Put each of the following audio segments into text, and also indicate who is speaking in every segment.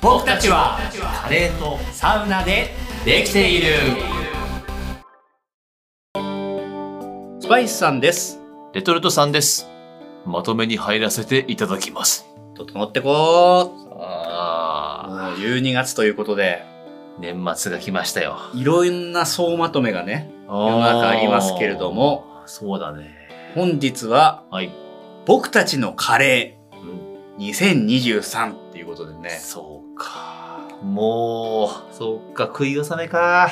Speaker 1: 僕たちは
Speaker 2: カレーと
Speaker 1: サウナでできているスパイスさんです
Speaker 2: レトルトさんですまとめに入らせていただきます
Speaker 1: 整ってこう
Speaker 2: あ
Speaker 1: もう12月ということで
Speaker 2: ー年末が来ましたよ
Speaker 1: いろんな総まとめがね世の中ありますけれども
Speaker 2: あーそうだね
Speaker 1: 本日は
Speaker 2: はい、
Speaker 1: 僕たちのカレ
Speaker 2: うん、
Speaker 1: ー2023っていうことで ね
Speaker 2: そうかもうそうか食い納めか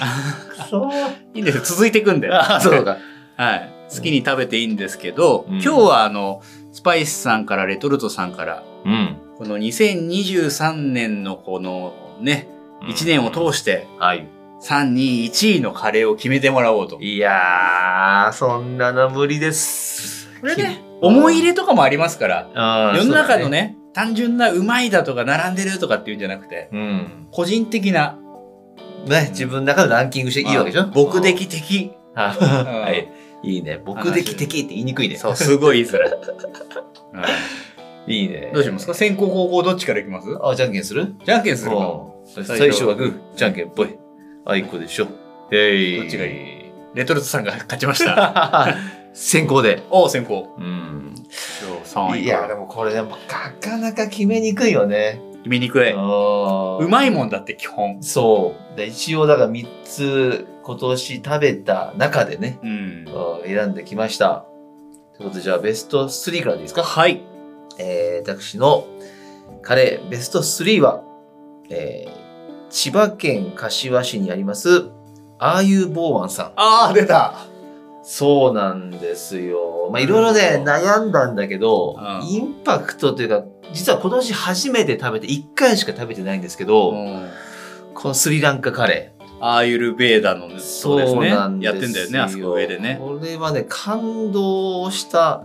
Speaker 2: くそー
Speaker 1: いいんですよ続いていくんで
Speaker 2: あそうか
Speaker 1: はい好きに食べていいんですけど、
Speaker 2: うん
Speaker 1: 今日はあのスパイスさんからレトルトさんから
Speaker 2: うん
Speaker 1: この2023年のこのね、1年を通して
Speaker 2: はい
Speaker 1: 3、2、1位のカレーを決めてもらおうと。
Speaker 2: いやーそんなの無理です
Speaker 1: これね、思い入れとかもありますから、
Speaker 2: 世
Speaker 1: 世の中のね、単純なうまいだとか並んでるとかっていうんじゃなくて、
Speaker 2: うん。
Speaker 1: 個人的な、
Speaker 2: ね、自分の中のランキングしていいわけでしょ
Speaker 1: まあ僕。的的。
Speaker 2: あ
Speaker 1: うん
Speaker 2: はい。いいね。僕的的って言いにくいね。
Speaker 1: そう、すごい言いづらい。
Speaker 2: いいね。
Speaker 1: どうしますか先行後攻どっちからいきます
Speaker 2: あ、じゃんけんする
Speaker 1: じゃんけんするか。
Speaker 2: うん最初はグー、じゃんけんぽい。あいこでしょ。えい。
Speaker 1: どっちがい
Speaker 2: い
Speaker 1: レトルトさんが勝ちました。
Speaker 2: 先行で。
Speaker 1: おう、先行。
Speaker 2: うん。
Speaker 1: 3
Speaker 2: い
Speaker 1: 位
Speaker 2: や、
Speaker 1: か
Speaker 2: で
Speaker 1: ら。
Speaker 2: もこれでもなかなか決めにくいよね。
Speaker 1: 決めにくい。う
Speaker 2: う
Speaker 1: まいもんだって基本。
Speaker 2: そう。で一応だから3つ今年食べた中でね、
Speaker 1: うん。
Speaker 2: うん選んできました。ということでじゃあベスト3からでいいですか
Speaker 1: はい。
Speaker 2: えー私のカレーベスト3は、えー千葉県柏市にあります、ああいうボーワンさん。
Speaker 1: ああ、出た。
Speaker 2: そうなんですよ。まあ、いろいろね、
Speaker 1: うん
Speaker 2: 悩んだんだけど、
Speaker 1: うん
Speaker 2: インパクトというか、実は今年初めて食べて、1回しか食べてないんですけど、
Speaker 1: うん
Speaker 2: このスリランカカレー。
Speaker 1: アーユルベーダのねそうですね
Speaker 2: なん
Speaker 1: やってんだよねあそこ上でね、
Speaker 2: これはね、感動した、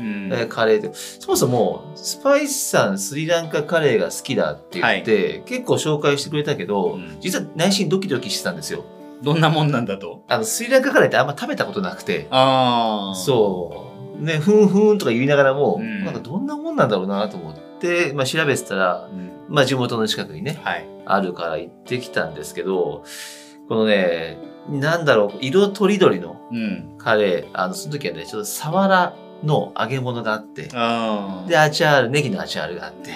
Speaker 1: うん
Speaker 2: えーカレーで、そもそもスパイスさんスリランカカレーが好きだって言って、結構紹介してくれたけど、
Speaker 1: うん
Speaker 2: 実は内心ドキドキしてたんですよ
Speaker 1: どんなもんなんだと
Speaker 2: あのスリランカカレーってあんま食べたことなくて、
Speaker 1: ああ
Speaker 2: そうねふんふんとか言いながらも、
Speaker 1: うん
Speaker 2: なんかどんなもんなんだろうなと思って、まあ、調べてたら、
Speaker 1: ん
Speaker 2: まあ、地元の近くにね
Speaker 1: はい
Speaker 2: あるから行ってきたんですけどこのねなんだろう色とりどりの
Speaker 1: うん
Speaker 2: カレーあのその時はねちょっとサワラの揚げ物があって
Speaker 1: あー
Speaker 2: で、アチャール、ネギのアチャールがあって、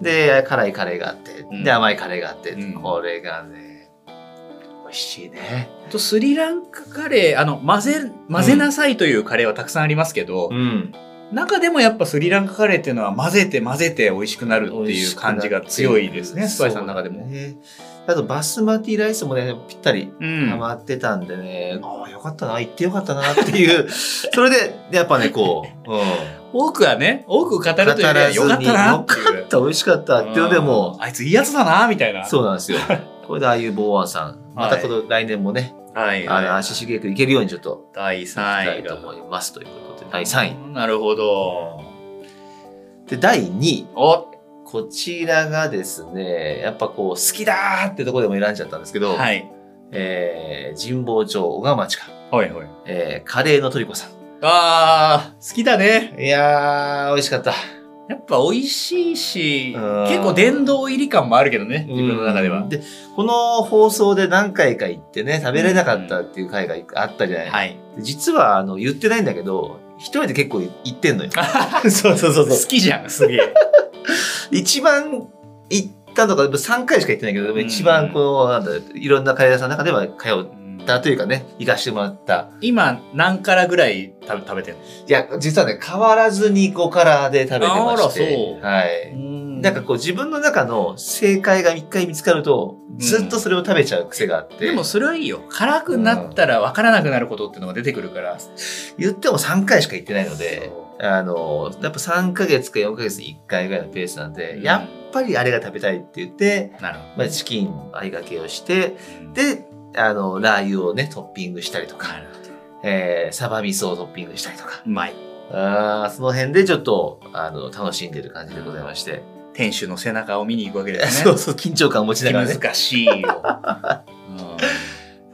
Speaker 2: で、辛いカレーがあって、
Speaker 1: うん
Speaker 2: で、甘いカレーがあって、
Speaker 1: うん
Speaker 2: これがね、美味しいね。
Speaker 1: あとスリランカカレーあの混ぜ混ぜなさいというカレーはたくさんありますけど、
Speaker 2: ん。
Speaker 1: 中でもやっぱスリランカカレーっていうのは混ぜて混ぜて美味しくなるっていう感じが強いですねスパイスさんの中でも
Speaker 2: そうねあと、バスマティライスもね、ぴったり
Speaker 1: うん
Speaker 2: ハマってたんでね、ああ、よかったな、行ってよかったなって いう、それで、やっぱね、こう、うん。
Speaker 1: 多くはね多く語るというよりはよかったな
Speaker 2: よ
Speaker 1: っていう
Speaker 2: かった、美味しかったっていうのでも
Speaker 1: ん、あいついいやつだなみたいな
Speaker 2: そうなんですよ。これで、ああいうボーワンさん、またこの来年 もね、
Speaker 1: はい
Speaker 2: あ
Speaker 1: はい
Speaker 2: の、足しげく行けるようにちょっと、
Speaker 1: 第
Speaker 2: 行
Speaker 1: 3
Speaker 2: きた
Speaker 1: 位
Speaker 2: いと
Speaker 1: が
Speaker 2: 思いますということで第3位
Speaker 1: なるほど。
Speaker 2: で第2位
Speaker 1: お
Speaker 2: こちらがですねやっぱこう好きだーってとこでも選んじゃったんですけど、
Speaker 1: はい。
Speaker 2: えー神保町小川町か、
Speaker 1: はいはい。
Speaker 2: えーカレーのトリコさん
Speaker 1: あー、好きだね。
Speaker 2: いやー美味しかった
Speaker 1: やっぱ美味しいし、
Speaker 2: うん
Speaker 1: 結構殿堂入り感もあるけどね、自分の中で
Speaker 2: う
Speaker 1: は
Speaker 2: ん。でこの放送で何回か行ってね食べれなかったっていう回があったじゃない、
Speaker 1: はい。
Speaker 2: で実はあの言ってないんだけど一人で結構行ってんのよそうそうそうそう
Speaker 1: 好きじゃん、すげえ。
Speaker 2: 一番行ったのが3回しか行ってないけど、でも
Speaker 1: うん
Speaker 2: 一番このなんだいろんなカレー屋さんの中では通ったというかね行かしてもらった
Speaker 1: 今、何からぐらい食べ食べてんの
Speaker 2: いや実はね変わらずに5からで食べてまして
Speaker 1: あらそう
Speaker 2: はい、なんか
Speaker 1: う
Speaker 2: こう自分の中の正解が一回見つかるとずっとそれを食べちゃう癖があって、
Speaker 1: でもそれはいいよ。辛くなったら分からなくなることっていうのが出てくるから。
Speaker 2: 言っても3回しか行ってないので
Speaker 1: そ
Speaker 2: あのやっぱ3ヶ月か4ヶ月に1回ぐらいのペースなんで、
Speaker 1: うん
Speaker 2: やっぱりあれが食べたいって言って、
Speaker 1: なるほ
Speaker 2: まあ、チキンあいがけをして
Speaker 1: ど。、
Speaker 2: で、あの、ラー油をね、トッピングしたりと
Speaker 1: な
Speaker 2: か、
Speaker 1: るほど。
Speaker 2: えー、サバ味噌をトッピングしたりとか、
Speaker 1: うまい。
Speaker 2: あーその辺でちょっと、あの、楽しんでる感じでございまして。
Speaker 1: 店主の背中を見に行くわけです
Speaker 2: そ
Speaker 1: ね
Speaker 2: う。そう、緊張感を持ちながらね。
Speaker 1: 難しいよ。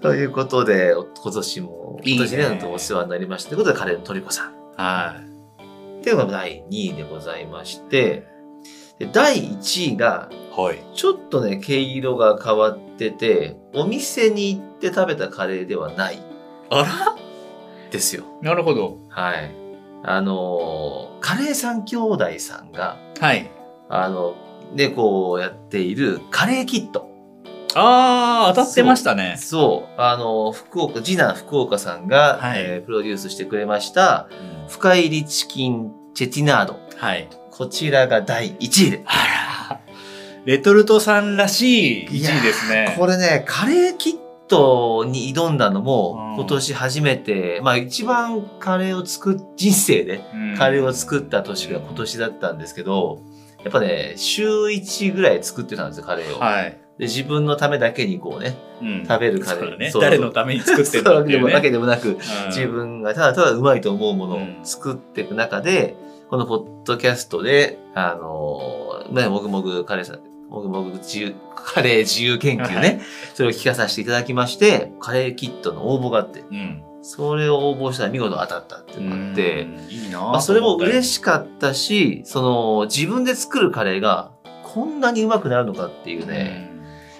Speaker 2: ということで、お今年も、
Speaker 1: いいね
Speaker 2: 今年ね、本当お世話になりました。ということで、カレーのトリコさん。
Speaker 1: はい。
Speaker 2: っていうのが第2位でございまして、で第1位が、
Speaker 1: はい。
Speaker 2: ちょっとね、毛色が変わってて、お店に行って食べたカレーではない
Speaker 1: あら
Speaker 2: ですよ。
Speaker 1: なるほど。
Speaker 2: はい。あのーカレー三兄弟さんが、
Speaker 1: はい。
Speaker 2: あの、で、こうやっているカレーキット。
Speaker 1: ああ、当たってましたね。
Speaker 2: そう、あの、福岡、次男福岡さんが、
Speaker 1: はい
Speaker 2: えープロデュースしてくれました、深入りチキンチェティナード。
Speaker 1: はい。
Speaker 2: こちらが第1位で。
Speaker 1: あら。レトルトさんらしい1位です
Speaker 2: いや
Speaker 1: ね
Speaker 2: ー。これね、カレーキットに挑んだの
Speaker 1: う
Speaker 2: も
Speaker 1: ん、
Speaker 2: 今年初めて、まあ一番カレーを作っ、人生で
Speaker 1: うん
Speaker 2: カレーを作った年が今年だったんですけど、やっぱね、週1ぐらい作ってたんですよ、カレーを。
Speaker 1: はい。
Speaker 2: で自分のためだけにこうね、
Speaker 1: うん
Speaker 2: 食べるカレー
Speaker 1: そうだね。
Speaker 2: そう
Speaker 1: 誰のために作ってる
Speaker 2: そ
Speaker 1: の
Speaker 2: うわ
Speaker 1: っ
Speaker 2: け
Speaker 1: てい
Speaker 2: で
Speaker 1: う
Speaker 2: も
Speaker 1: ね
Speaker 2: なけでもなく、
Speaker 1: うん
Speaker 2: 自分がただただうまいと思うものを
Speaker 1: うん
Speaker 2: 作っていく中で、このポッドキャストで、あのーね、もぐもぐカレーさん、もぐもぐ自由、カレー自由研究ね、
Speaker 1: はい
Speaker 2: それを聞かさせていただきまして、カレーキットの応募があって、
Speaker 1: うん。
Speaker 2: それを応募したら見事当たったっていうのがあって、
Speaker 1: うん、いいな
Speaker 2: まあ、それも嬉
Speaker 1: し
Speaker 2: しかったし、その、自分で作るカレーが、こんなにうまくなるのかっていう
Speaker 1: い
Speaker 2: ね、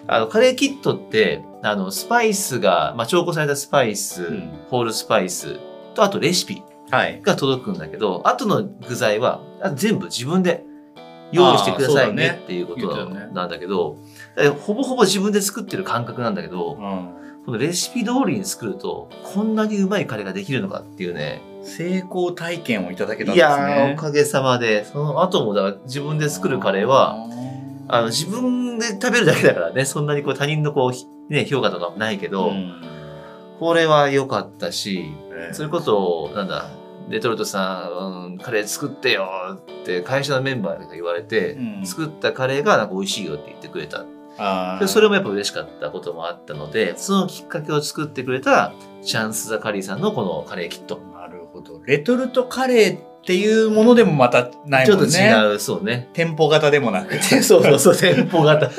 Speaker 2: あの、カレーキットって、あの、スパイスが、まあ、調合されたスパイス、
Speaker 1: うん
Speaker 2: ホールスパイスと、あとレシピ
Speaker 1: はい。
Speaker 2: が届くんだけど、あとの具材は、あ全部自分で用意してくださ
Speaker 1: あ
Speaker 2: い
Speaker 1: ーそうだ
Speaker 2: ね
Speaker 1: ね
Speaker 2: っていうこ
Speaker 1: 言って
Speaker 2: と
Speaker 1: たよね
Speaker 2: なんだけど、だからほぼほぼ自分で作ってる感覚なんだけど、
Speaker 1: うん
Speaker 2: このレシピ通りに作ると、こんなにうまいカレーができるのかっていうね。
Speaker 1: 成功体験をいただけたん
Speaker 2: い
Speaker 1: です
Speaker 2: やー、
Speaker 1: ね
Speaker 2: お。かげさまで、その後もだから自分で作るカレーは、あの、自分で食べるだけだからね、そんなにこう他人のこうひ、ね、評価とかもないけど、
Speaker 1: うん
Speaker 2: これは良かったし、
Speaker 1: ええ
Speaker 2: それこそ、なんだ、レトルトさん、うんカレー作ってよって会社のメンバーが言われて、
Speaker 1: うん
Speaker 2: 作ったカレーがなんか美味しいよって言ってくれた。
Speaker 1: あー
Speaker 2: でそれもやっぱ嬉しかったこともあったので、そのきっかけを作ってくれた、チャンス・ザ・カリーさんのこのカレーキット。
Speaker 1: なるほど。レトルトカレーっていうものでもまたない
Speaker 2: ちょ
Speaker 1: も
Speaker 2: っ
Speaker 1: ん
Speaker 2: と
Speaker 1: ね。
Speaker 2: 違う、そうね。
Speaker 1: 店舗型でもなく。
Speaker 2: そうそうそう、店舗型。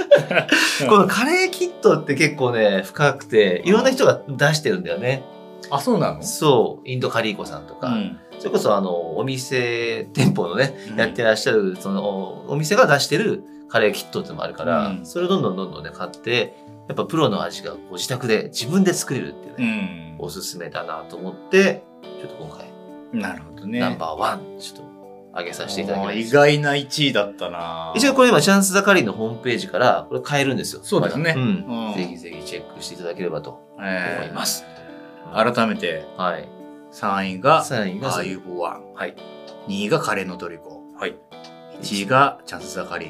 Speaker 2: このカレーキットって結構ね、深くて、いろんな人が出してるんだよね。
Speaker 1: あ、そうなの
Speaker 2: そう、インドカリーコさんとか、それこそあの、お店、店舗のね、やって
Speaker 1: る
Speaker 2: らっしゃる、その、お店が出してるカレーキットってのもあるから、
Speaker 1: うん
Speaker 2: それをどんどんどんどんね、買って、やっぱプロの味がご自宅で自分で作れるっていう
Speaker 1: う
Speaker 2: ね、
Speaker 1: ん。
Speaker 2: おすすめだなと思って、ちょっと今回、
Speaker 1: なるほどね。
Speaker 2: ナンバーワン、ちょっと、上げさせていただきま
Speaker 1: あー意
Speaker 2: す。
Speaker 1: 外な1位だったな
Speaker 2: 一応これ今、チャンスザカリーのホームページから、これ買えるんですよ。
Speaker 1: そうですね
Speaker 2: まだうん。
Speaker 1: うん
Speaker 2: ぜひぜひチェックしていただければと。
Speaker 1: えー
Speaker 2: 思います
Speaker 1: 改めて
Speaker 2: はい。
Speaker 1: 3位が、
Speaker 2: 3位が、
Speaker 1: アーユーボワン。
Speaker 2: はい。
Speaker 1: 2位がカレーのトリコ。
Speaker 2: はい。
Speaker 1: 1位がチャンスザカリー。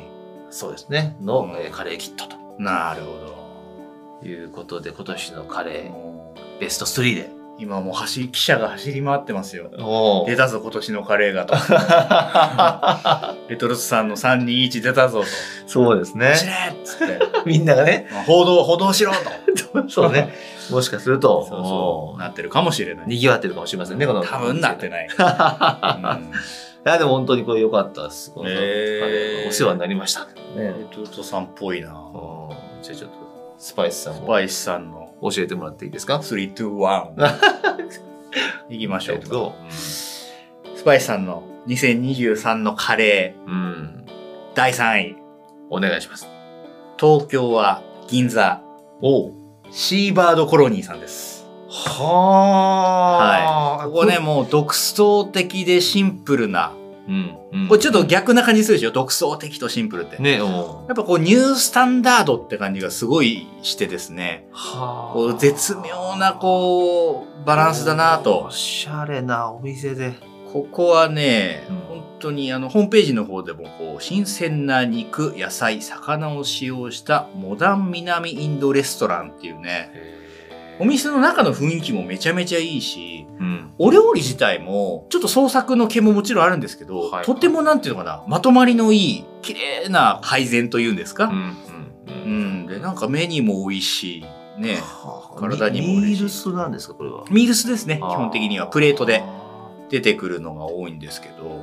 Speaker 2: そうですね。の、
Speaker 1: うん
Speaker 2: えーカレーキットと
Speaker 1: なるほ
Speaker 2: いうことで、今年のカ
Speaker 1: ど。
Speaker 2: レ
Speaker 1: もう
Speaker 2: ーベスト3で。
Speaker 1: 今もう走り、記者が走り回ってますよ。
Speaker 2: お
Speaker 1: 出たぞ今年のカレーが と。レトロスさんの321出たぞと。
Speaker 2: そうですね
Speaker 1: 知れっつって。
Speaker 2: みんながね、
Speaker 1: まあ報道、報道しろと。
Speaker 2: そうね。もしかすると、
Speaker 1: そうそう。なってるかもしれない。
Speaker 2: にぎわってるかもしれませんね、この。
Speaker 1: 多分なって ない。うん
Speaker 2: いや、でも本当にこれ良かったです。この、
Speaker 1: へー
Speaker 2: お世話になりました。
Speaker 1: レ
Speaker 2: ね。
Speaker 1: トルトさんっぽいな。
Speaker 2: うんじゃあちょっと、スパイスさん
Speaker 1: ス
Speaker 2: も
Speaker 1: パイスさんの
Speaker 2: 教えてもらっていいですか
Speaker 1: 3、2、1。いきましょ
Speaker 2: え
Speaker 1: う
Speaker 2: っと
Speaker 1: か。スパイスさんの2023のカレー
Speaker 2: うん。
Speaker 1: 第3位。
Speaker 2: お願いします。
Speaker 1: 東京は銀座。おシーバードコロニーさんです。
Speaker 2: は
Speaker 1: ここね、、もう独創的でシンプルな。
Speaker 2: うん。うん
Speaker 1: これちょっと、逆な感じするでしょ独創的とシンプルって。
Speaker 2: ね、うん
Speaker 1: やっぱこうニュースタンダードって感じがすごいしてですね、
Speaker 2: は
Speaker 1: こう絶妙なこうバランスだなと
Speaker 2: お。しゃれなお店で。
Speaker 1: ここはね、
Speaker 2: うん
Speaker 1: 本当にあのホームページの方でもこう新鮮な肉、野菜、魚を使用したモダン南インドレストランっていうね、お店の中の雰囲気もめちゃめちゃいいし、
Speaker 2: うん。
Speaker 1: お料理自体もちょっと創作の気ももちろんあるんですけど、
Speaker 2: はい
Speaker 1: とてもなんていうのかな、まとまりのいい、綺麗な配膳というんですか。
Speaker 2: うん。う。
Speaker 1: うんん、でなんかメニューも美味しいね
Speaker 2: はあ
Speaker 1: 体にも
Speaker 2: ミ
Speaker 1: 嬉しい
Speaker 2: ミールスなんですかこれは
Speaker 1: ミールスですね基
Speaker 2: あー
Speaker 1: 本的にはプレートで
Speaker 2: あ
Speaker 1: 出てくるのが多いんですけど
Speaker 2: ーうわ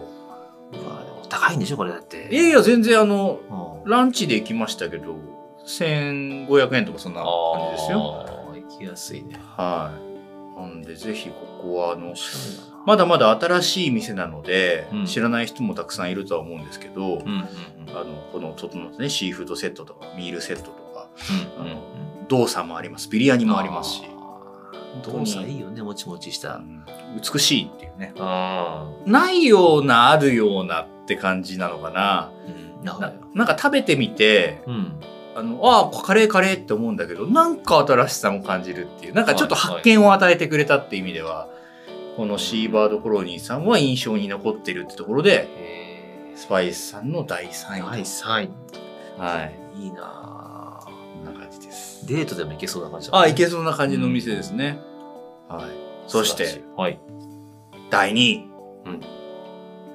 Speaker 2: でも高いんでしょこれだって
Speaker 1: いやいや全然あの
Speaker 2: うん
Speaker 1: ランチで行きましたけど1500円とかそんな感じですよ
Speaker 2: あー行きやすいね
Speaker 1: はいなんでぜひここはあの
Speaker 2: 面白いな
Speaker 1: まだまだ新しい店なので、
Speaker 2: うん
Speaker 1: 知らない人もたくさんいるとは思うんですけど、
Speaker 2: うんうん
Speaker 1: あのこの整ったねシーフードセットとかミールセットとか
Speaker 2: うんうん
Speaker 1: 動作もありますビリヤニ
Speaker 2: うん
Speaker 1: もありますし、
Speaker 2: あー
Speaker 1: 当に
Speaker 2: 動作いいよねもちもちし
Speaker 1: う
Speaker 2: た
Speaker 1: ん美しいっていうね
Speaker 2: あ
Speaker 1: ないようなあるようなって感じなのかな
Speaker 2: ーうんなるほ
Speaker 1: な
Speaker 2: どよ
Speaker 1: なんか食べてみて
Speaker 2: うん
Speaker 1: あのあーカレーカレーって思うんだけどなんか新しさも感じるっていうなんかちょっと
Speaker 2: はいはい
Speaker 1: 発見を与えてくれたって意味では、このシーバードコロニーさんは印象に残ってるってところで
Speaker 2: へ
Speaker 1: スパイスさんの第3位
Speaker 2: ー
Speaker 1: と
Speaker 2: はい3位
Speaker 1: はい
Speaker 2: いいなあ
Speaker 1: こんな感じです
Speaker 2: デートでも行けそうな感じだね
Speaker 1: あいけそうな感じのお店ですね、はいそし
Speaker 2: 素晴ら
Speaker 1: て
Speaker 2: いはい
Speaker 1: 第2位、
Speaker 2: うん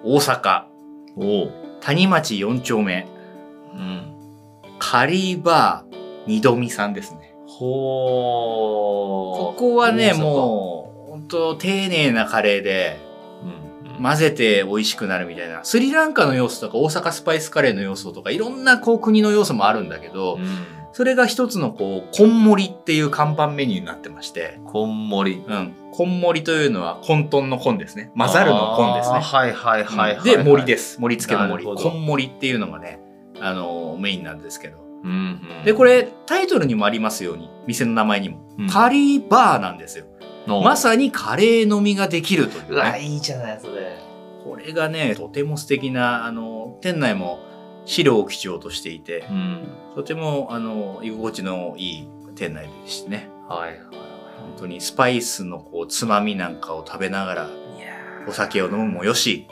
Speaker 1: 大阪
Speaker 2: おう
Speaker 1: 谷町4丁目
Speaker 2: うん
Speaker 1: カリーバー二度見さんですね
Speaker 2: ほ
Speaker 1: こ
Speaker 2: ー
Speaker 1: こはね、
Speaker 2: 大阪
Speaker 1: もう、本当丁寧なカレーで、
Speaker 2: うん
Speaker 1: 混ぜて美味しくなるみたいな。スリランカの要素とか、大阪スパイスカレーの要素とか、いろんなこう国の要素もあるんだけど、
Speaker 2: うん
Speaker 1: それが一つのこう、こんもりっていう看板メニューになってまして、
Speaker 2: こんもり
Speaker 1: うん。こんもりというのは混沌の混ですね。混ざるの混です
Speaker 2: あー
Speaker 1: ね。
Speaker 2: はいはいはいはい。。
Speaker 1: で、盛りですす。盛り付けの盛り。
Speaker 2: なるほ
Speaker 1: こ
Speaker 2: ど
Speaker 1: んもりっていうのがね、あのーメインなんですけど。
Speaker 2: うんうん
Speaker 1: で、こ、れ、タイトルにもありますように、店の名前にも。カ
Speaker 2: リ
Speaker 1: リーバーなんですよ。
Speaker 2: の
Speaker 1: まさにカレー飲みができるというう、
Speaker 2: わ、
Speaker 1: ね、
Speaker 2: いいじゃない、それ。
Speaker 1: これがねとても素敵なあの店内も資料を基調としていて
Speaker 2: うん。
Speaker 1: とてもあの居心地のいい店内でしてね
Speaker 2: はい。
Speaker 1: 本当にスパイスのこうつまみなんかを食べながら
Speaker 2: いや
Speaker 1: お酒を飲むもよし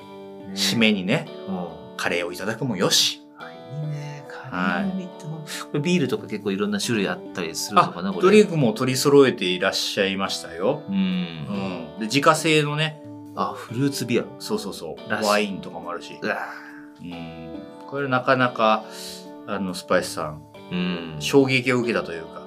Speaker 2: ー
Speaker 1: 締。めにね
Speaker 2: うん。あ
Speaker 1: カレーをいただくもよし
Speaker 2: いいね。カリーのりっても、これビールとか結構いろんな種類あったりするのかな、
Speaker 1: あ
Speaker 2: これ。
Speaker 1: ドリンクも取り揃えていらっしゃいましたよ、
Speaker 2: う。
Speaker 1: うんん、で自家製のね
Speaker 2: あ、フルーツビア。う
Speaker 1: そうそうそう
Speaker 2: らしい
Speaker 1: ワインとかもあるし
Speaker 2: わ
Speaker 1: うんこれなかなかあのスパイスさん
Speaker 2: うん
Speaker 1: 衝撃を受けたというか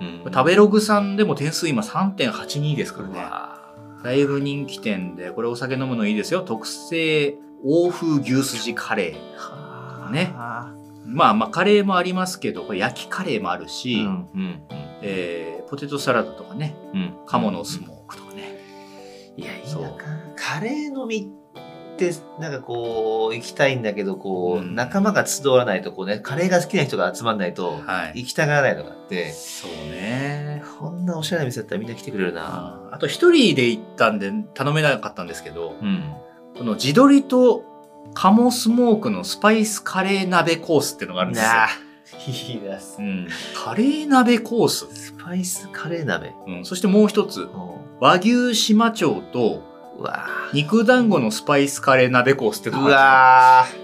Speaker 2: うん
Speaker 1: 食べログさんでも点数今3.82ですから
Speaker 2: う
Speaker 1: ね
Speaker 2: わ
Speaker 1: だいぶ人気店でこれお酒飲むのいいですよ特製欧風牛すじカレー
Speaker 2: は
Speaker 1: ねまあまあカレーもありますけどこれ焼きカレーもある
Speaker 2: う
Speaker 1: し、
Speaker 2: んうん
Speaker 1: えーポテトサラダとかね
Speaker 2: うんうん。
Speaker 1: 鴨のスモークとかね、
Speaker 2: いや、いい
Speaker 1: そう
Speaker 2: な。カレー飲みって、なんかこう、行きたいんだけど、こ
Speaker 1: う
Speaker 2: う、
Speaker 1: ん
Speaker 2: 仲間が集わないと、こうね、カレーが好きな人が集まんないと、
Speaker 1: はい
Speaker 2: 行きたがらないのがあって、
Speaker 1: そうね
Speaker 2: こんなおしゃれな店だったらみんな来てくれるな。
Speaker 1: ああと一人で行ったんで頼めなかったんですけど
Speaker 2: うん。
Speaker 1: この地鶏と鴨スモークのスパイスカレー鍋コースっていうのがあるんですよ
Speaker 2: なあ、いいな。ス
Speaker 1: うん、カレー鍋コース、
Speaker 2: パイスカレー鍋。
Speaker 1: うん、そしてもう一つ和牛島町と
Speaker 2: うわぁ。
Speaker 1: 肉団子のスパイスカレー鍋コースって
Speaker 2: う
Speaker 1: のがあ
Speaker 2: わぁ。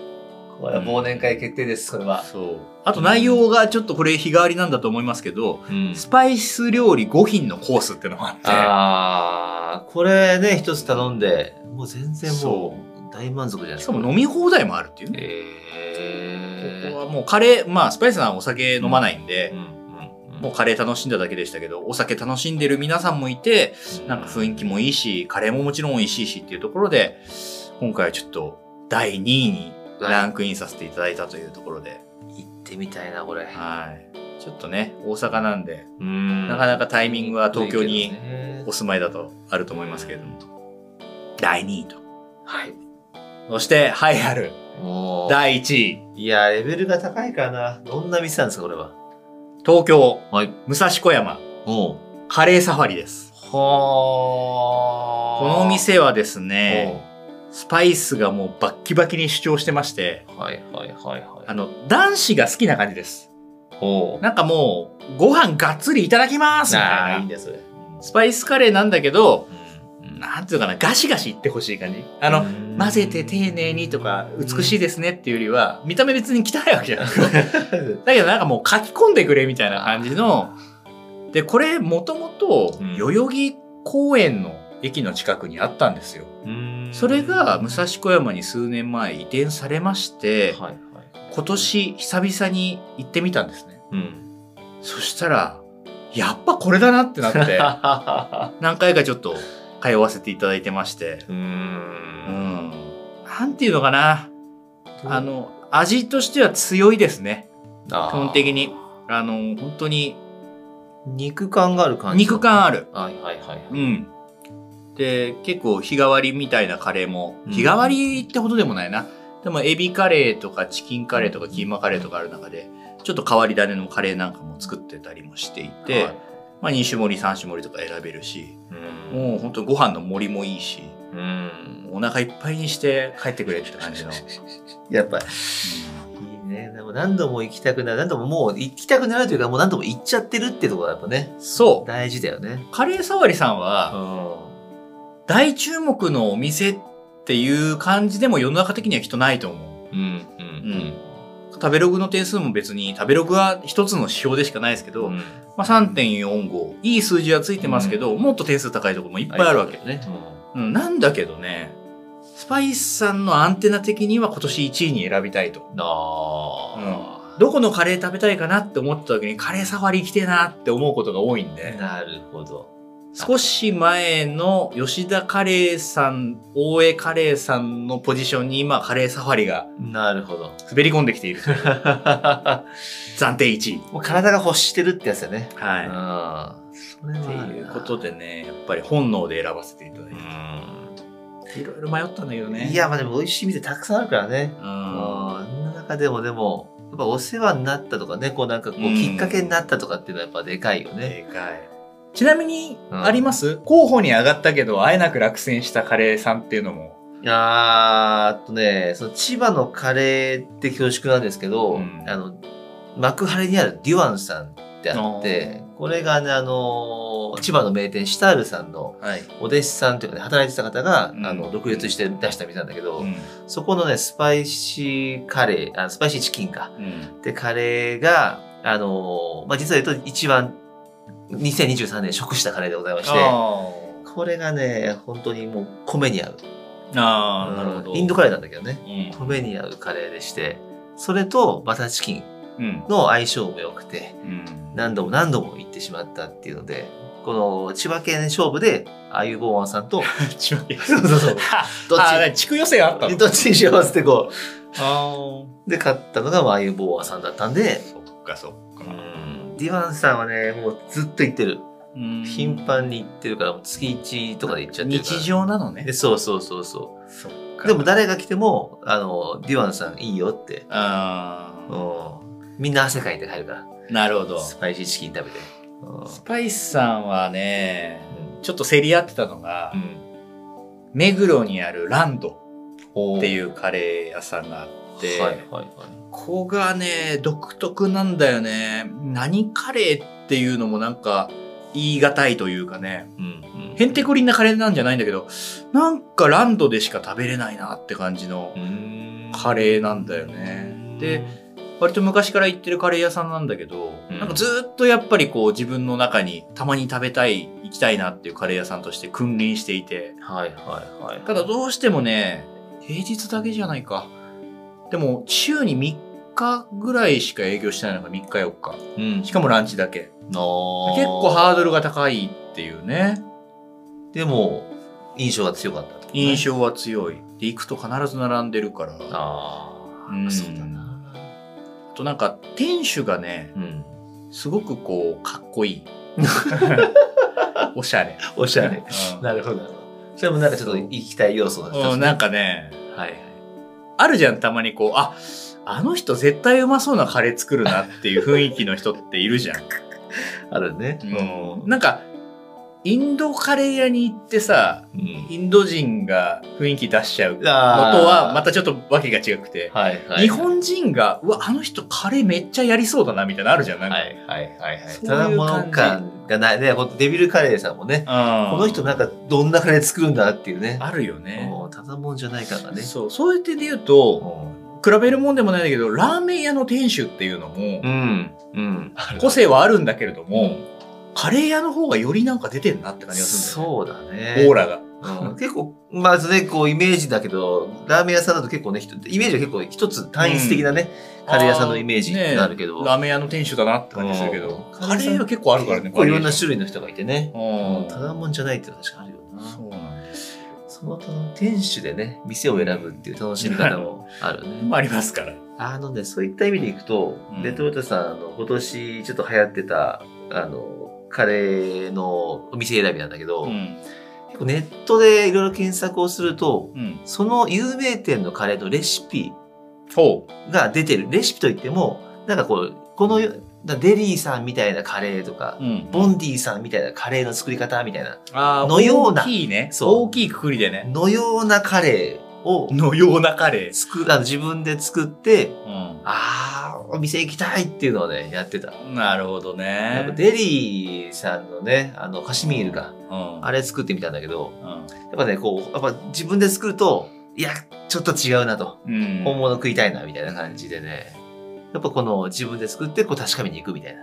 Speaker 2: これは忘年会決定です、これは
Speaker 1: る。そうあと内容がちょっとこれ日替わりなんだと思いますけど、
Speaker 2: うん
Speaker 1: スパイス料理5品のコースってのがあっ
Speaker 2: あー、これね、一つ頼んで、もう全
Speaker 1: て
Speaker 2: 然もう、大満足じゃ
Speaker 1: そう
Speaker 2: ないで
Speaker 1: し
Speaker 2: す
Speaker 1: か
Speaker 2: か。
Speaker 1: も飲み放題もあるっていうね、
Speaker 2: えー
Speaker 1: ここはもうカレーまあスパイスはお酒飲まないんで、も
Speaker 2: も
Speaker 1: うカレー楽しんだだけでしたけどお酒楽しんでる皆さんもいて
Speaker 2: う
Speaker 1: なんか雰囲気もいいしカレーももちろん美味しいしっていうところで今回はちょっと第2位にランクインさせていただいたというところで、
Speaker 2: 行ってみたいなこれ
Speaker 1: はい、ちょっとね大阪なんで
Speaker 2: な
Speaker 1: なかなかタイミングは東京にお
Speaker 2: は
Speaker 1: 住まいだとあると思いますけれども第2位と
Speaker 2: い
Speaker 1: そして栄えある
Speaker 2: もう
Speaker 1: 第1位
Speaker 2: いやレベルが高いからなどんな店なんですかこれは
Speaker 1: 東京
Speaker 2: はい
Speaker 1: 武蔵小山
Speaker 2: おう
Speaker 1: カレーサファリです
Speaker 2: は
Speaker 1: こ
Speaker 2: こ
Speaker 1: のお店はですねスパイスがもうバッキバキに主張してまして
Speaker 2: はいはいはいはい
Speaker 1: あの男子が好きな感じです
Speaker 2: おう
Speaker 1: なんかもう、ご飯がっつりいただきますみ
Speaker 2: なあ
Speaker 1: た
Speaker 2: いい
Speaker 1: い
Speaker 2: ん
Speaker 1: な。
Speaker 2: だよそれ
Speaker 1: スパイスカレーなんだけど、
Speaker 2: うん
Speaker 1: なんていうかな、ガシガシいってほしい感じ。あの、
Speaker 2: うん
Speaker 1: 混ぜて丁寧にとか、美しいですねっていうよりは、見た目別に汚いわけじゃない。だけどなんかもう書き込んでくれみたいな感じの。で、これもともと
Speaker 2: うん、
Speaker 1: 代々木公園の駅の近くにあったんですよ。
Speaker 2: うん
Speaker 1: それが武蔵小山に数年前移転されまして、
Speaker 2: はいはい
Speaker 1: 今年久々に行ってみたんですね。
Speaker 2: うん
Speaker 1: そしたら、やっぱこれだなってなって、何回かちょっと通わせていただいてまして、
Speaker 2: う
Speaker 1: うんん。なんていうのかな、あの、味としては強いですね。
Speaker 2: 基
Speaker 1: 基本的に。あの、本当に
Speaker 2: 肉感がある感じ
Speaker 1: 肉感ある。
Speaker 2: はいはいはいはい、
Speaker 1: うん。で、結構日替わりみたいなカレーも、
Speaker 2: うん
Speaker 1: 日替わりってほどでもないな。でも、エビカレーとかチキンカレーとかキーマカレーとかある中で、ちょっと変わり種のカレーなんかも作ってたりもしていて、
Speaker 2: はい
Speaker 1: まあ2種盛り3種盛りとか選べるし、
Speaker 2: うん
Speaker 1: もう本当ご飯の盛りもいいし、
Speaker 2: うん
Speaker 1: お腹いっぱいにして帰ってくれって感 じの。
Speaker 2: やっぱいいねでも何度も行きたくなる何度ももう行きたくなるというかもう何度も行っちゃってるってところがやっぱね
Speaker 1: そう。
Speaker 2: 大事だよね
Speaker 1: カレー触りさん
Speaker 2: う
Speaker 1: は、
Speaker 2: ん
Speaker 1: 大注目のお店っていう感じでも世の中的にはきっとないと思う。
Speaker 2: うんう
Speaker 1: 食べログの点数も別に、食べログは一つの指標でしかないですけど、
Speaker 2: うん
Speaker 1: まあ、3.45いい数字はついてますけど、もっと点数高いところもいっぱいあるわけ、
Speaker 2: ね
Speaker 1: うん、なんだけどねスパイスさんのアンテナ的には今年1位に選びたいと
Speaker 2: なあ
Speaker 1: どこのカレー食べたいかなって思った時にカレーサファリ来てえなって思うことが多いんで
Speaker 2: なるほど
Speaker 1: 少し前の吉田カレーさん大江カレーさんのポジションに今カレーサファリが
Speaker 2: なるほど
Speaker 1: 滑り込んでき ているという暫定1位
Speaker 2: もう体が欲してるってやつだね
Speaker 1: は
Speaker 2: うん
Speaker 1: い
Speaker 2: それはあ
Speaker 1: って
Speaker 2: る
Speaker 1: いう
Speaker 2: な
Speaker 1: ことでねやっぱり本能で選ばせていただいていろいろ迷ったんだけどね。
Speaker 2: い、やまあでも美味しい店たくさんあるからね
Speaker 1: うん。
Speaker 2: うんあの中でもでもやっぱお世話になったとかねこうなんかこう
Speaker 1: うん
Speaker 2: きっかけになったとかっていうのはやっぱでかいよね、
Speaker 1: でかい。ちなみに、
Speaker 2: うん
Speaker 1: あります候補に上がったけど、あえなく落選したカレーさんっていうのも。
Speaker 2: あーあとねその千葉のカレーって恐縮なんですけど、
Speaker 1: うん
Speaker 2: あの幕張にあるデュアンさんってあってこれがねあのー千葉の名店シタールさんの
Speaker 1: はい。
Speaker 2: お弟子さんというかね働いてた方が、
Speaker 1: うん
Speaker 2: あの独立して出したみたいなんだけど、
Speaker 1: うん。
Speaker 2: そこのねスパイシーカレーあスパイシーチキンか
Speaker 1: うん。
Speaker 2: でカレーがあのーまあ実は言うと一番2023年食したカレーでございまして
Speaker 1: あ
Speaker 2: これがね本当にもう米に合う
Speaker 1: ーあー、なるほど。
Speaker 2: インドカレーなんだけどね
Speaker 1: うん。
Speaker 2: 米に合うカレーでしてそれとバターチキン
Speaker 1: うん。
Speaker 2: の相性も良くて
Speaker 1: うん。
Speaker 2: 何度も何度も行ってしまったっていうのでこの千葉県勝負であゆぼーわんさ んと
Speaker 1: ちまき。
Speaker 2: そうそうそうどっ
Speaker 1: あー、なに地区予選あった
Speaker 2: ち
Speaker 1: の
Speaker 2: どっちにしようっつってこ
Speaker 1: あ
Speaker 2: うで買ったのがまああゆぼーわんさんだったん
Speaker 1: あ。
Speaker 2: で
Speaker 1: そっかそっか。
Speaker 2: ディワンさんはねもうずっと行ってる
Speaker 1: うん
Speaker 2: 頻繁に行ってるからもう月1とかで行っちゃってるから
Speaker 1: 日常なの
Speaker 2: で
Speaker 1: ね。
Speaker 2: そうそうそうそ
Speaker 1: そっ
Speaker 2: う
Speaker 1: か。
Speaker 2: でも、誰が来てもあのディワンさんいいよって、
Speaker 1: あ
Speaker 2: う
Speaker 1: あ。
Speaker 2: ん、みんな汗かいて帰るか
Speaker 1: なるほど
Speaker 2: ら。スパイシーチキン食べて
Speaker 1: スパイスさんはね、
Speaker 2: う
Speaker 1: ちょっと競り合ってたのが、
Speaker 2: ん、うん
Speaker 1: 目黒にあるランドっていううカレー屋さんがあって、
Speaker 2: はいはいはい
Speaker 1: ここがね独特なんだよね何カレーっていうのもなんか言い難いというかね
Speaker 2: うん
Speaker 1: へんてこりんなカレーなんじゃないんだけどなんかランドでしか食べれないなって感じの
Speaker 2: うん
Speaker 1: カレーなんだよねで割と昔から行ってるカレー屋さんなんだけど、
Speaker 2: うん
Speaker 1: なんかずーっとやっぱりこう自分の中にたまに食べたい行きたいなっていうカレー屋さんとして君臨していて
Speaker 2: はいはいはい
Speaker 1: ただどうしてもね、平日だけじゃないか。でも、週に3日ぐらいしか営業してないのが3日4日。
Speaker 2: うん
Speaker 1: しかもランチだけ。
Speaker 2: 結構
Speaker 1: 結構ハードルが高いっていうね、
Speaker 2: でも印象が強かったってことね
Speaker 1: 印象は強い。で、行くと必ず並んでるから。あ
Speaker 2: ああ、
Speaker 1: うん
Speaker 2: そうだな
Speaker 1: となんか、店主がね、
Speaker 2: うん
Speaker 1: すごくこう、かっこいい。おしゃ れ。
Speaker 2: おしゃれ
Speaker 1: うん
Speaker 2: なるほどなるほど。それもなんかちょっと行きたい要素だ
Speaker 1: うん
Speaker 2: ね。
Speaker 1: なんかね、
Speaker 2: はいはい。
Speaker 1: あるじゃん、たまにこう、あ、あの人絶対うまそうなカレー作るなっていう雰囲気の人っているじゃん。
Speaker 2: あるね。
Speaker 1: うんなんかインドカレー屋に行ってさ
Speaker 2: うん。
Speaker 1: インド人が雰囲気出しちゃうのと
Speaker 2: あー
Speaker 1: はまたちょっと訳が違くて、
Speaker 2: はいはい。
Speaker 1: 日本人がうわあの人カレーめっちゃやりそうだなみたいなのあるじゃんなんか、
Speaker 2: はいはいはいはい。
Speaker 1: そういう感じ
Speaker 2: ただもの感がないね。ほんとデビルカレーさんもね。
Speaker 1: うん
Speaker 2: この人なんかどんなカレー作るんだっていうね。
Speaker 1: あるよね
Speaker 2: もうただもんじゃないからね。
Speaker 1: そうそういう点で言うと
Speaker 2: う
Speaker 1: 比べるもんでもないんだけどラーメン屋の店主っていうのも
Speaker 2: ん。うん。
Speaker 1: 個性はあるんだけれど
Speaker 2: う
Speaker 1: も、カレー屋の方がよりなんか出てんなって感じがするんだよ
Speaker 2: そうだね。
Speaker 1: ねオーラが
Speaker 2: うん結構、まずね、こうイメージだけど、ラーメン屋さんだと結構ね、人イメージが結構一つ単一的なね、カレー屋さんのイメージになるけど。
Speaker 1: ラーメン屋の店主だなって感じするけど
Speaker 2: うん
Speaker 1: カレーは結構あるからね
Speaker 2: 結構いろんな
Speaker 1: バ
Speaker 2: 種類の人がいてね。
Speaker 1: リエーションうん
Speaker 2: ただもんじゃないっていうのは確かにあるよな。
Speaker 1: そうなんですよ
Speaker 2: その他の店主でね、店を選ぶっていう楽しみ方もあるね。
Speaker 1: まあありますから
Speaker 2: あのね、そういった意味でいくと、
Speaker 1: うん
Speaker 2: レトルトさん、あの、今年ちょっと流行ってた、あの、カレーのお店選びなんだけど、
Speaker 1: うん
Speaker 2: や結構ネットでいろいろ検索をすると、
Speaker 1: うん。
Speaker 2: その有名店のカレーのレシピ
Speaker 1: ほう。
Speaker 2: が出てる。レシピといっても、なんかこう、この、デリーさんみたいなカレーとか、
Speaker 1: うん。
Speaker 2: ボンディさんみたいなカレーの作り方みたいな、
Speaker 1: あー
Speaker 2: のような
Speaker 1: 大きいね。
Speaker 2: そう
Speaker 1: 大きいくくりでね。
Speaker 2: のようなカレーを
Speaker 1: のようなカレー。
Speaker 2: 作、あの自分で作って、
Speaker 1: う
Speaker 2: あー、お店行きたいっていうのをね、やってた。
Speaker 1: ん。なるほど
Speaker 2: やっ
Speaker 1: ね
Speaker 2: ぱ。デリーさんのね、あの、カシミールが、
Speaker 1: うん。
Speaker 2: あれ作ってみたんだけど、
Speaker 1: うん
Speaker 2: やっぱね、こう、やっぱ自分で作ると、いや、ちょっと違うなと。
Speaker 1: うん。
Speaker 2: 本物食いたいな、みたいな感じでね。やっぱこの自分で作って、こう確かめに行くみたいな。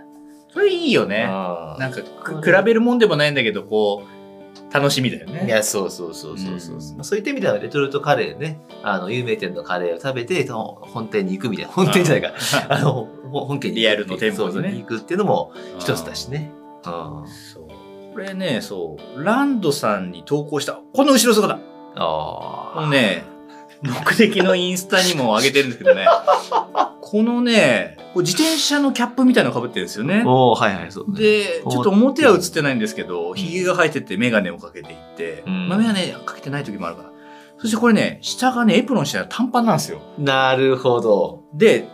Speaker 1: それいいよね。
Speaker 2: あー
Speaker 1: なんかく、比べるもんでもないんだけど、こう、楽しみだよ
Speaker 2: い
Speaker 1: ね。
Speaker 2: や、そうそうそうそうそう。
Speaker 1: うん
Speaker 2: まあそういった意味では、レトルトカレーね、あの、有名店のカレーを食べて、その本店に行くみたいな。本店じゃないか。あの、ほ本家に行くっていう
Speaker 1: リアルの店舗にね
Speaker 2: そうに行くっていうのも
Speaker 1: うん
Speaker 2: 一つだし。ね。あ
Speaker 1: そう。これね、そう。ランドさんに投稿した、この後ろ姿。
Speaker 2: あ
Speaker 1: このね、目的のインスタにも上げてるんですけど ね。このね、こう自転車のキャップみたいなの被ってるんですよね。
Speaker 2: おおはいはい、そうね。
Speaker 1: で、ちょっと表は映ってないんですけど、ひげが生えてて眼鏡をかけていて、
Speaker 2: うん
Speaker 1: まあ眼鏡かけてない時もあるから。そしてこれね、下がね、エプロンしたら短パンなんですよ。
Speaker 2: なるほど。
Speaker 1: で、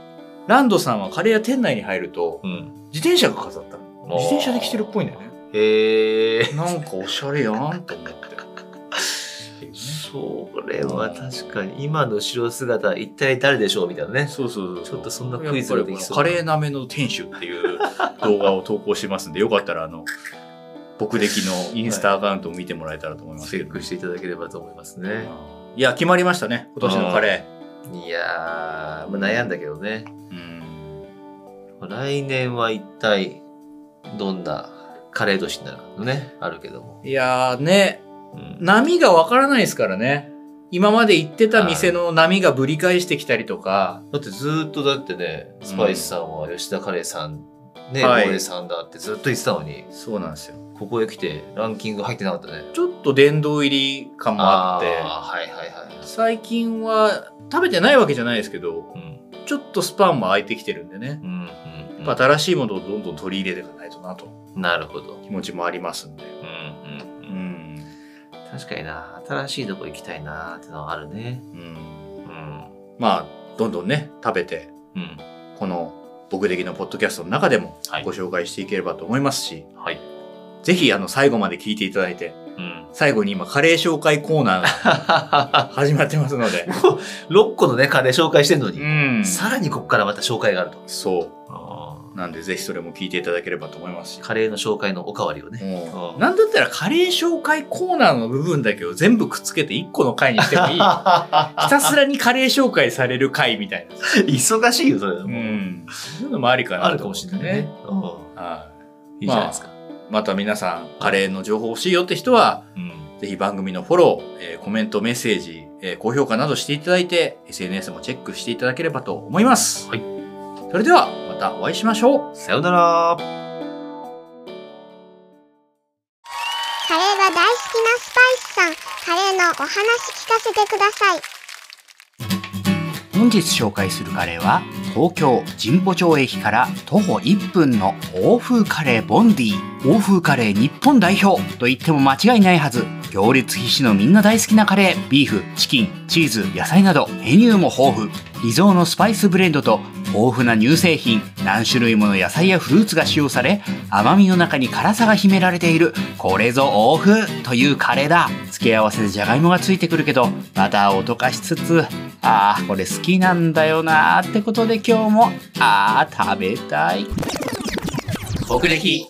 Speaker 1: ランドさんはカレー屋店内に入ると、
Speaker 2: うん。
Speaker 1: 自転車が飾ったの。自転車で来てるっぽいんだよね。
Speaker 2: へえ。
Speaker 1: なんかおしゃれやんと思って。っていうね
Speaker 2: それは確かに、今の後ろ姿、一体誰でしょうみたいなね。
Speaker 1: そうそうそう。
Speaker 2: ちょっとそんなクイズがで
Speaker 1: やっ
Speaker 2: きそう
Speaker 1: ぱりこのカレーなめの店主っていう動画を投稿してますんで、よかったらあの、僕的のインスタアカウントを見てもらえたらと思いますけ
Speaker 2: チェ
Speaker 1: ど、
Speaker 2: ックしていただければと思いますね。
Speaker 1: いや、決まりましたね、今年のカレ
Speaker 2: いやー、まあ、悩んだけどね。
Speaker 1: ー。うん。
Speaker 2: 来年は一体、どんなカレー年になるのね、あるけども。
Speaker 1: いやーね、
Speaker 2: うん
Speaker 1: 波がわからないですからね。今まで行ってた店の波がぶり返してきたりとか、
Speaker 2: だってずーっとだってね、スパイスさんは吉田カレーさん、ね、
Speaker 1: はい
Speaker 2: 大江さんだってずっと言ってたのに、
Speaker 1: そうなんですよ。
Speaker 2: ここへ来てランキング入ってなかったね。
Speaker 1: ちょっと殿堂入り感もあって、
Speaker 2: あーはいはいは
Speaker 1: 最近は食べてないわけじゃないですけど、
Speaker 2: い。うん。
Speaker 1: ちょっとスパンも空いてきてるんでね。
Speaker 2: うん、うん
Speaker 1: やっぱ新しいものをどんどん取り入れていかないとなと
Speaker 2: うん。なるほど。
Speaker 1: 気持ちもありますんで。
Speaker 2: うん、うん
Speaker 1: う
Speaker 2: うん。
Speaker 1: ん。
Speaker 2: 確かにな、新しいとこ行きたいなーってのはあるね。
Speaker 1: うん。
Speaker 2: うん。
Speaker 1: まあ、どんどんね、食べて、
Speaker 2: うん。
Speaker 1: この僕的なポッドキャストの中でも
Speaker 2: はい
Speaker 1: ご紹介していければと思いますし、
Speaker 2: はい。
Speaker 1: ぜひあの最後まで聞いていただいて、
Speaker 2: うん。
Speaker 1: 最後に今カレー紹介コーナーが始まってますの で。
Speaker 2: 6個のね、カレー紹介してんのに、
Speaker 1: うん。
Speaker 2: さらにここからまた紹介があると。
Speaker 1: そう。なんでぜひそれも聞いていただければと思いますし。
Speaker 2: カレーの紹介のおかわりをね。
Speaker 1: も
Speaker 2: う
Speaker 1: うんなんだったらカレー紹介コーナーの部分だけを全部くっつけて1個の回にして もいい。ひたすらにカレー紹介される回みたいな。
Speaker 2: 忙しいよ、それ。
Speaker 1: うん、そういうのもありかな
Speaker 2: あるかもしれないね。うん
Speaker 1: はい
Speaker 2: いじゃないですか。
Speaker 1: また皆さん、カレーの情報欲しいよって人は、
Speaker 2: うん
Speaker 1: ぜひ番組のフォロー、えーコメント、メッセージ、えー高評価などしていただいて、SNS もチェックしていただければと思います。
Speaker 2: はい
Speaker 1: それでは、またお会いしましょう。
Speaker 2: さよなら。
Speaker 3: カレーが大好きなスパイスさん、カレーのお話聞かせてください。
Speaker 1: 本日紹介するカレーは東京神保町駅から徒歩1分の欧風カレーボンディ欧風カレー日本代表と言っても間違いないはず行列必至のみんな大好きなカレービーフチキンチーズ野菜などメニューも豊富秘蔵のスパイスブレンドと豊富な乳製品何種類もの野菜やフルーツが使用され甘みの中に辛さが秘められているこれぞ欧風というカレーだ付け合わせでじゃがいもがついてくるけどバターを溶かしつつあーこれ好きなんだよなーってことで今日もあー食べたい
Speaker 2: 国歴